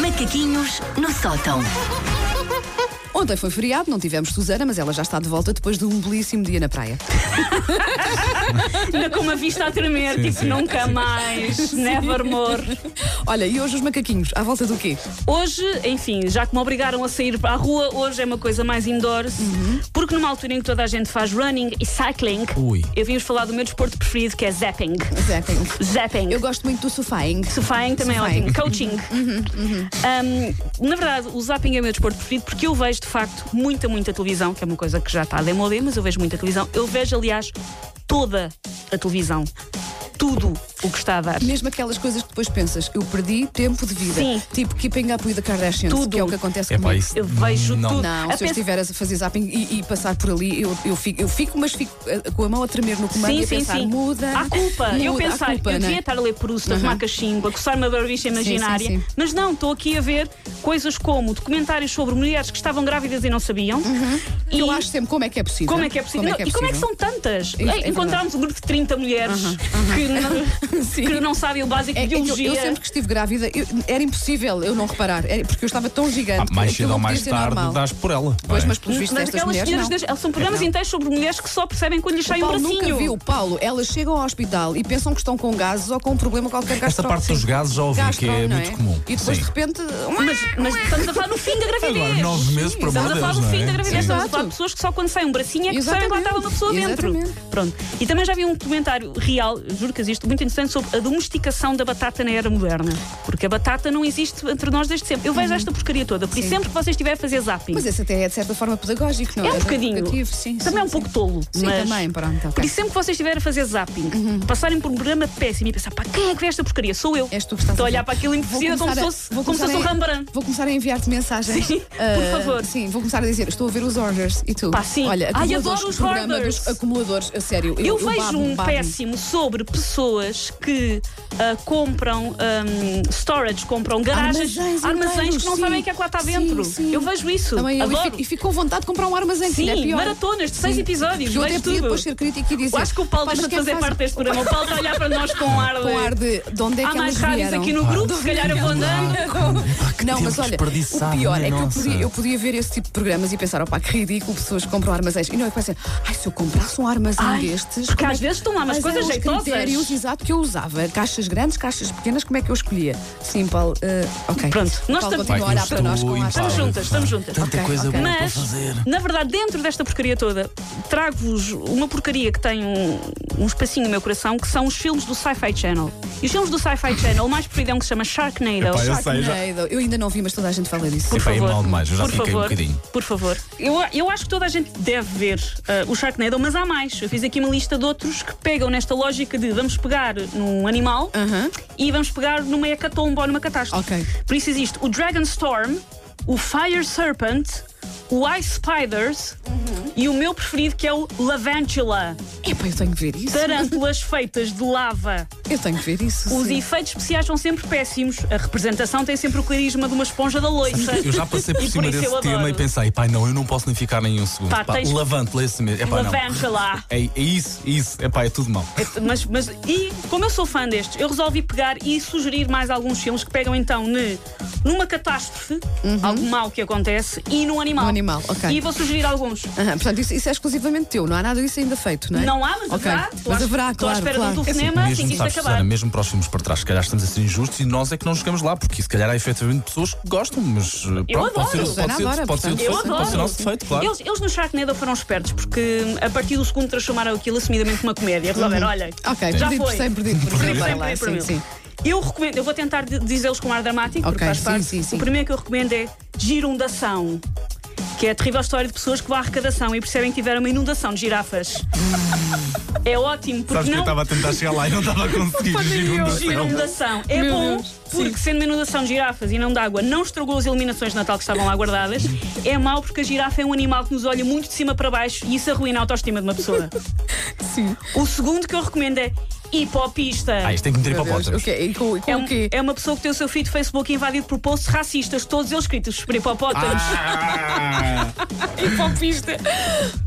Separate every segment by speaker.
Speaker 1: Macaquinhos no sótão.
Speaker 2: Ontem foi feriado, não tivemos Susana, mas ela já está de volta depois de um belíssimo dia na praia.
Speaker 3: Ainda com uma vista a tremer, tipo nunca mais, nevermore.
Speaker 2: Olha, e hoje os macaquinhos, à volta do quê?
Speaker 3: Hoje, enfim, já que me obrigaram a sair para a rua, hoje é uma coisa mais indoors, porque numa altura em que toda a gente faz running e cycling,
Speaker 4: Ui.
Speaker 3: eu vim-vos falar do meu desporto preferido que é um zapping.
Speaker 2: Zapping.
Speaker 3: Zapping.
Speaker 2: Eu gosto muito do sofáing.
Speaker 3: Sofying também é
Speaker 2: Sofying.
Speaker 3: ótimo. Coaching. Um, na verdade, o zapping é o meu desporto preferido porque eu vejo, de facto, muita, muita televisão, que é uma coisa que já está a demolir, mas eu vejo muita televisão. Eu vejo, aliás, toda a televisão. Tudo o que está a dar.
Speaker 2: Mesmo aquelas coisas que depois pensas, eu perdi tempo de vida.
Speaker 3: Sim.
Speaker 2: Tipo Keeping Up with the Kardashians,
Speaker 3: Tudo.
Speaker 2: que é o que acontece
Speaker 4: É pá,
Speaker 2: comigo.
Speaker 4: isso.
Speaker 3: Eu vejo
Speaker 4: não.
Speaker 3: tudo.
Speaker 2: Não, se eu
Speaker 3: Apesar-
Speaker 2: estiver a fazer zapping e, e passar por ali, eu, eu, fico, eu fico, mas fico eh, com a mão a tremer no comando e a pensar, muda.
Speaker 3: Há culpa. eu
Speaker 2: muda, há
Speaker 3: pensar,
Speaker 2: culpa,
Speaker 3: eu
Speaker 2: não é?
Speaker 3: devia estar a ler Proust, a tomar cachimbo, a coçar uma barbicha imaginária.
Speaker 2: sim, sim.
Speaker 3: Mas não, estou aqui a ver coisas como documentários sobre mulheres que estavam grávidas e não sabiam. E
Speaker 2: Uhum. Eu acho sempre como é que é possível.
Speaker 3: Como é que é possível? Não, E como é que são tantas?
Speaker 2: é
Speaker 3: Ei, Encontramos um grupo de 30 mulheres que, não, que não sabem o básico
Speaker 2: É, é
Speaker 3: de
Speaker 2: que eu,
Speaker 3: biologia.
Speaker 2: eu sempre que estive grávida, eu- era impossível eu não reparar, é, porque eu estava tão
Speaker 4: Ah,
Speaker 2: gigante. que
Speaker 4: mais
Speaker 2: aquilo
Speaker 4: cedo ou
Speaker 2: não podia
Speaker 4: mais
Speaker 2: ser
Speaker 4: tarde
Speaker 2: normal.
Speaker 4: dás por ela.
Speaker 2: Pois,
Speaker 4: não é?
Speaker 2: mas pelos vistos
Speaker 3: mas
Speaker 2: destas
Speaker 3: aquelas
Speaker 2: mulheres
Speaker 3: senhoras,
Speaker 2: não.
Speaker 3: das- são programas
Speaker 2: Não.
Speaker 3: inteiros sobre mulheres que só percebem quando lhes sai um
Speaker 2: Paulo nunca
Speaker 3: bracinho.
Speaker 2: viu o Paulo. Elas chegam ao hospital e pensam que estão com gases ou com um problema qualquer
Speaker 4: Esta
Speaker 2: gastro-
Speaker 4: parte
Speaker 2: sim.
Speaker 4: dos gases já ouvi que é
Speaker 2: Gastro, não
Speaker 4: muito comum.
Speaker 2: E depois
Speaker 4: Sim.
Speaker 2: de repente.
Speaker 3: Mas, mas estamos a falar no fim da gravidez.
Speaker 4: Agora, nove meses, por amor
Speaker 3: Estamos
Speaker 4: de
Speaker 3: a
Speaker 4: Deus.
Speaker 3: falar do fim
Speaker 4: não
Speaker 3: da
Speaker 4: é?
Speaker 3: gravidez,
Speaker 4: Sim.
Speaker 3: estamos a falar
Speaker 2: Exato.
Speaker 3: de pessoas que só quando sai um bracinho é que percebem que lá estava uma pessoa dentro.
Speaker 2: Exatamente.
Speaker 3: Pronto. E também já vi um documentário real, juro que existe, muito interessante, sobre a domesticação da batata na era moderna. Porque a batata não existe entre nós desde sempre. Eu vejo esta porcaria toda, por isso
Speaker 2: Uhum. Sim.
Speaker 3: sempre que vocês estiverem a fazer zapping.
Speaker 2: Mas esse até é de certa forma pedagógico, não é?
Speaker 3: É um bocadinho.
Speaker 2: Educativo, sim,
Speaker 3: também é um
Speaker 2: sim,
Speaker 3: pouco tolo.
Speaker 2: Sim,
Speaker 3: mas...
Speaker 2: também, pronto, ok.
Speaker 3: Por isso, sempre que vocês estiverem a fazer zapping,
Speaker 2: Uhum.
Speaker 3: passarem por um programa péssimo e pensar, pá, quem é que vê esta porcaria? Sou eu.
Speaker 2: És tu que estás
Speaker 3: Estou a
Speaker 2: ver.
Speaker 3: olhar para aquilo
Speaker 2: Vou
Speaker 3: impossível como se
Speaker 2: começar a-
Speaker 3: fosse
Speaker 2: vou
Speaker 3: como se fosse
Speaker 2: começar
Speaker 3: um
Speaker 2: a-
Speaker 3: Rembrandt.
Speaker 2: Vou começar a enviar-te mensagens.
Speaker 3: Sim, por
Speaker 2: Ah,
Speaker 3: favor.
Speaker 2: Sim, vou começar a dizer, estou a ver os orders e tu.
Speaker 3: Pá, sim.
Speaker 2: Olha,
Speaker 3: Ai,
Speaker 2: acumuladores,
Speaker 3: adoro os
Speaker 2: programa
Speaker 3: orders.
Speaker 2: dos acumuladores, a sério.
Speaker 3: Eu, vejo
Speaker 2: babo,
Speaker 3: um
Speaker 2: babo.
Speaker 3: péssimo sobre pessoas que ah, compram ahm, storage, compram garagens,
Speaker 2: Armazéns inteiros,
Speaker 3: que não
Speaker 2: sim.
Speaker 3: sabem o que é que lá está
Speaker 2: Sim,
Speaker 3: dentro.
Speaker 2: sim.
Speaker 3: Eu vejo isso.
Speaker 2: Também eu. E
Speaker 3: Adoro.
Speaker 2: fico- E fico com vontade de comprar um armazém. que
Speaker 3: Sim,
Speaker 2: ainda é pior.
Speaker 3: maratonas de seis
Speaker 2: Sim.
Speaker 3: episódios,
Speaker 2: Eu até
Speaker 3: vejo
Speaker 2: podia
Speaker 3: tudo.
Speaker 2: depois ser crítica e dizer.
Speaker 3: Eu acho que o Paulo
Speaker 2: "Pá, mas
Speaker 3: deixa de
Speaker 2: quem é que
Speaker 3: fazer
Speaker 2: faz-
Speaker 3: parte deste programa. O Paulo está a olhar para nós com ar de-
Speaker 2: Com ar de, de onde é
Speaker 3: Há
Speaker 2: que
Speaker 3: mais
Speaker 2: eles
Speaker 3: rádios
Speaker 2: vieram?
Speaker 3: aqui no grupo, se calhar eu vou andando.
Speaker 2: Não,
Speaker 4: tempo
Speaker 3: um
Speaker 2: mas olha, o
Speaker 4: desperdiçado,
Speaker 2: pior é
Speaker 4: minha
Speaker 2: que eu
Speaker 4: nossa.
Speaker 2: podia, eu podia ver esse tipo de programas e pensar, opá, que ridículo, pessoas que compram armazéns. E não é que vai ser, ai, se eu comprasse um armazém
Speaker 3: Ai,
Speaker 2: destes.
Speaker 3: porque
Speaker 2: como é
Speaker 3: às
Speaker 2: que-
Speaker 3: vezes estão lá umas
Speaker 2: Mas
Speaker 3: coisas
Speaker 2: eram os
Speaker 3: jeitosas.
Speaker 2: critérios, exato, que eu usava. Caixas grandes, caixas pequenas, como é que eu escolhia? Sim, Paulo, eh, ok.
Speaker 3: Pronto, nós
Speaker 2: Paulo
Speaker 3: estamos-
Speaker 4: Pá,
Speaker 2: continua a olhar
Speaker 4: isto
Speaker 2: para nós com
Speaker 4: impávido,
Speaker 2: ar.
Speaker 3: Estamos juntas, estamos juntas.
Speaker 4: Tanta
Speaker 2: Ok,
Speaker 4: coisa
Speaker 2: ok.
Speaker 4: boa para
Speaker 3: Mas,
Speaker 4: fazer.
Speaker 3: na verdade, dentro desta porcaria toda, trago-vos uma porcaria que tem um, um espacinho no meu coração, que são os filmes do Sci-Fi Channel. E os filmes do Sci-Fi Channel, o mais preferido é um que se chama Sharknado.
Speaker 4: Epá, eu sei, já-
Speaker 2: Sharknado. Eu ainda não vi, mas toda a gente fala disso.
Speaker 3: Por
Speaker 4: Epá, é
Speaker 3: favor.
Speaker 4: mal demais, eu já
Speaker 3: por
Speaker 4: fiquei um
Speaker 3: favor,
Speaker 4: bocadinho.
Speaker 3: Por favor. Eu, eu acho que toda a gente deve ver eh, o Sharknado, mas há mais. Eu fiz aqui uma lista de outros que pegam nesta lógica de vamos pegar num animal
Speaker 2: Aham.
Speaker 3: e vamos pegar numa hecatombe ou numa catástrofe.
Speaker 2: Ok.
Speaker 3: Por isso existe o Dragon Storm, o Fire Serpent, o Ice Spiders e o meu preferido que é o Lavantula.
Speaker 2: Epá, eu tenho que ver isso.
Speaker 3: Tarântulas feitas de lava.
Speaker 2: Eu tenho que ver isso.
Speaker 3: Os
Speaker 2: sim.
Speaker 3: efeitos especiais são sempre péssimos. A representação tem sempre o carisma de uma esponja da loiça.
Speaker 4: Eu já passei por
Speaker 3: é? E
Speaker 4: cima
Speaker 3: por isso eu
Speaker 4: desse
Speaker 3: adoro.
Speaker 4: tema e pensei, pai, não, eu não posso nem ficar nem um segundo.
Speaker 3: Pá,
Speaker 4: Pá,
Speaker 3: tens-
Speaker 4: Levante-lhe esse mesmo. Epá, não.
Speaker 3: Lavantula.
Speaker 4: É, é isso, é isso. Epá, é tudo mal.
Speaker 3: Mas, mas- e como eu sou fã destes, eu resolvi pegar e sugerir mais alguns filmes que pegam então ne- numa catástrofe, algo mau que acontece, e num animal.
Speaker 2: Uhum. Num animal, ok.
Speaker 3: E vou sugerir alguns.
Speaker 2: Aham, portanto, isso, isso é exclusivamente teu, não há nada disso ainda feito, não é?
Speaker 3: Não há, mas
Speaker 2: Ok.
Speaker 3: haverá. Estou
Speaker 2: Mas
Speaker 3: à-
Speaker 2: haverá,
Speaker 3: Estou à
Speaker 2: claro,
Speaker 3: espera
Speaker 2: claro.
Speaker 3: do
Speaker 2: É assim,
Speaker 3: cinema assim que isto
Speaker 4: tipo, sabes, Susana,
Speaker 3: acabar.
Speaker 4: mesmo para os filmes para trás, se calhar estamos a ser injustos e nós é que não chegamos lá, porque se calhar há efetivamente pessoas que gostam, mas eh, pronto,
Speaker 3: adoro.
Speaker 4: pode ser,
Speaker 2: Susana
Speaker 4: pode ser,
Speaker 2: adora,
Speaker 4: pode ser
Speaker 2: portanto.
Speaker 4: o
Speaker 3: Eu
Speaker 4: defeito, pode ser o
Speaker 3: adoro.
Speaker 4: nosso defeito, claro.
Speaker 3: Eles, eles no Sharknado foram espertos, porque a partir do segundo transformaram aquilo assumidamente numa comédia.
Speaker 2: Uhum.
Speaker 3: Resolveram, olha,
Speaker 2: Ok,
Speaker 3: já
Speaker 2: perdido por
Speaker 3: foi.
Speaker 2: cem, perdido por
Speaker 3: Perdido
Speaker 2: cem,
Speaker 3: por
Speaker 2: vai
Speaker 3: cem,
Speaker 2: lá,
Speaker 3: perdido por
Speaker 2: sim,
Speaker 3: mil.
Speaker 2: sim.
Speaker 3: Eu recomendo, eu vou tentar di- dizê-los com ar dramático, porque
Speaker 2: Ok,
Speaker 3: faz
Speaker 2: sim,
Speaker 3: parte.
Speaker 2: sim, sim.
Speaker 3: O primeiro que eu recomendo é Girundação, que é a terrível história de pessoas que vão à arrecadação e percebem que tiveram uma inundação de girafas. é ótimo, porque
Speaker 4: Sabes que eu
Speaker 3: não.
Speaker 4: estava a tentar chegar lá e não estava a conseguir. Giro um céu.
Speaker 3: Inundação. É
Speaker 2: Meu
Speaker 3: bom
Speaker 2: Deus.
Speaker 3: porque, sendo uma inundação de girafas e não de água, não estragou as iluminações de Natal que estavam lá guardadas. É mau porque a girafa é um animal que nos olha muito de cima para baixo e isso arruína a autoestima de uma pessoa.
Speaker 2: Sim.
Speaker 3: o segundo que eu recomendo é hipopista.
Speaker 4: Ah, isto tem que meter
Speaker 2: Meu Deus,
Speaker 4: hipopótamos.
Speaker 2: o quê? E com, com
Speaker 3: É, um-
Speaker 2: o quê?
Speaker 3: é uma pessoa que tem o seu feed de Facebook invadido por posts racistas, todos eles escritos por hipopótamos.
Speaker 4: Ah!
Speaker 3: um é Hipopista.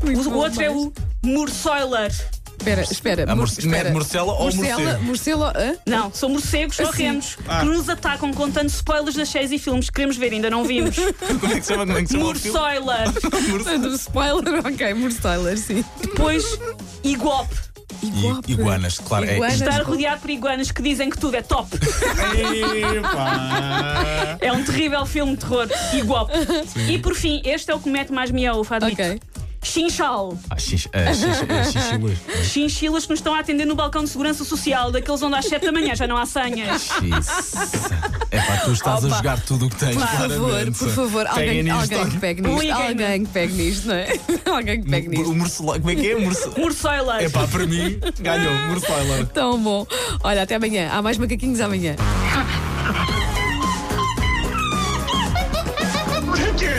Speaker 3: O, o outro é o Mursoiler.
Speaker 2: Espera, espera.
Speaker 4: A
Speaker 2: mor-
Speaker 4: mor-
Speaker 2: espera.
Speaker 4: Morcela ou
Speaker 2: Morcela,
Speaker 4: morcego?
Speaker 2: Morcela, hã?
Speaker 3: Não, são morcegos, só
Speaker 2: Assim.
Speaker 3: remos,
Speaker 4: Ah.
Speaker 3: que nos atacam contando spoilers das séries e filmes que queremos ver, ainda não vimos.
Speaker 4: Como é que se chama? Como é que se chama o filme?
Speaker 3: Morsoiler.
Speaker 4: Morcela.
Speaker 2: Do spoiler, ok, Morcela, sim.
Speaker 3: Depois, iguop.
Speaker 2: Iguope.
Speaker 4: E iguanas, claro. é-
Speaker 2: Iguanas.
Speaker 3: Estar rodeado por iguanas que dizem que tudo é top.
Speaker 4: Epá.
Speaker 3: É um terrível filme de terror. Iguop. E por fim, este é o que mete mais miau, o Fadito.
Speaker 2: Ok.
Speaker 3: Chinchal.
Speaker 4: Ah, xix- ah, xix- ah, xixilas.
Speaker 3: Chinchilas que nos estão a atender no balcão de segurança social, daqueles onde às 7 da manhã já não há senhas.
Speaker 4: Jesus. Epá, tu estás a
Speaker 2: Opa.
Speaker 4: jogar tudo o que tens,
Speaker 2: Por favor,
Speaker 4: claramente.
Speaker 2: por favor, alguém,
Speaker 4: Peguem nisto.
Speaker 2: alguém que
Speaker 3: Um
Speaker 2: pegue nisto.
Speaker 3: Liguem-me.
Speaker 2: Alguém que pegue nisto, não é? Alguém que pegue
Speaker 4: O
Speaker 2: nisto.
Speaker 4: morcelão, como é que é? O morcelão.
Speaker 3: Morsoiler.
Speaker 4: Epá, para mim, ganhou. Morcelão.
Speaker 2: Tão bom. Olha, até amanhã. Há mais macaquinhos amanhã.
Speaker 1: Take your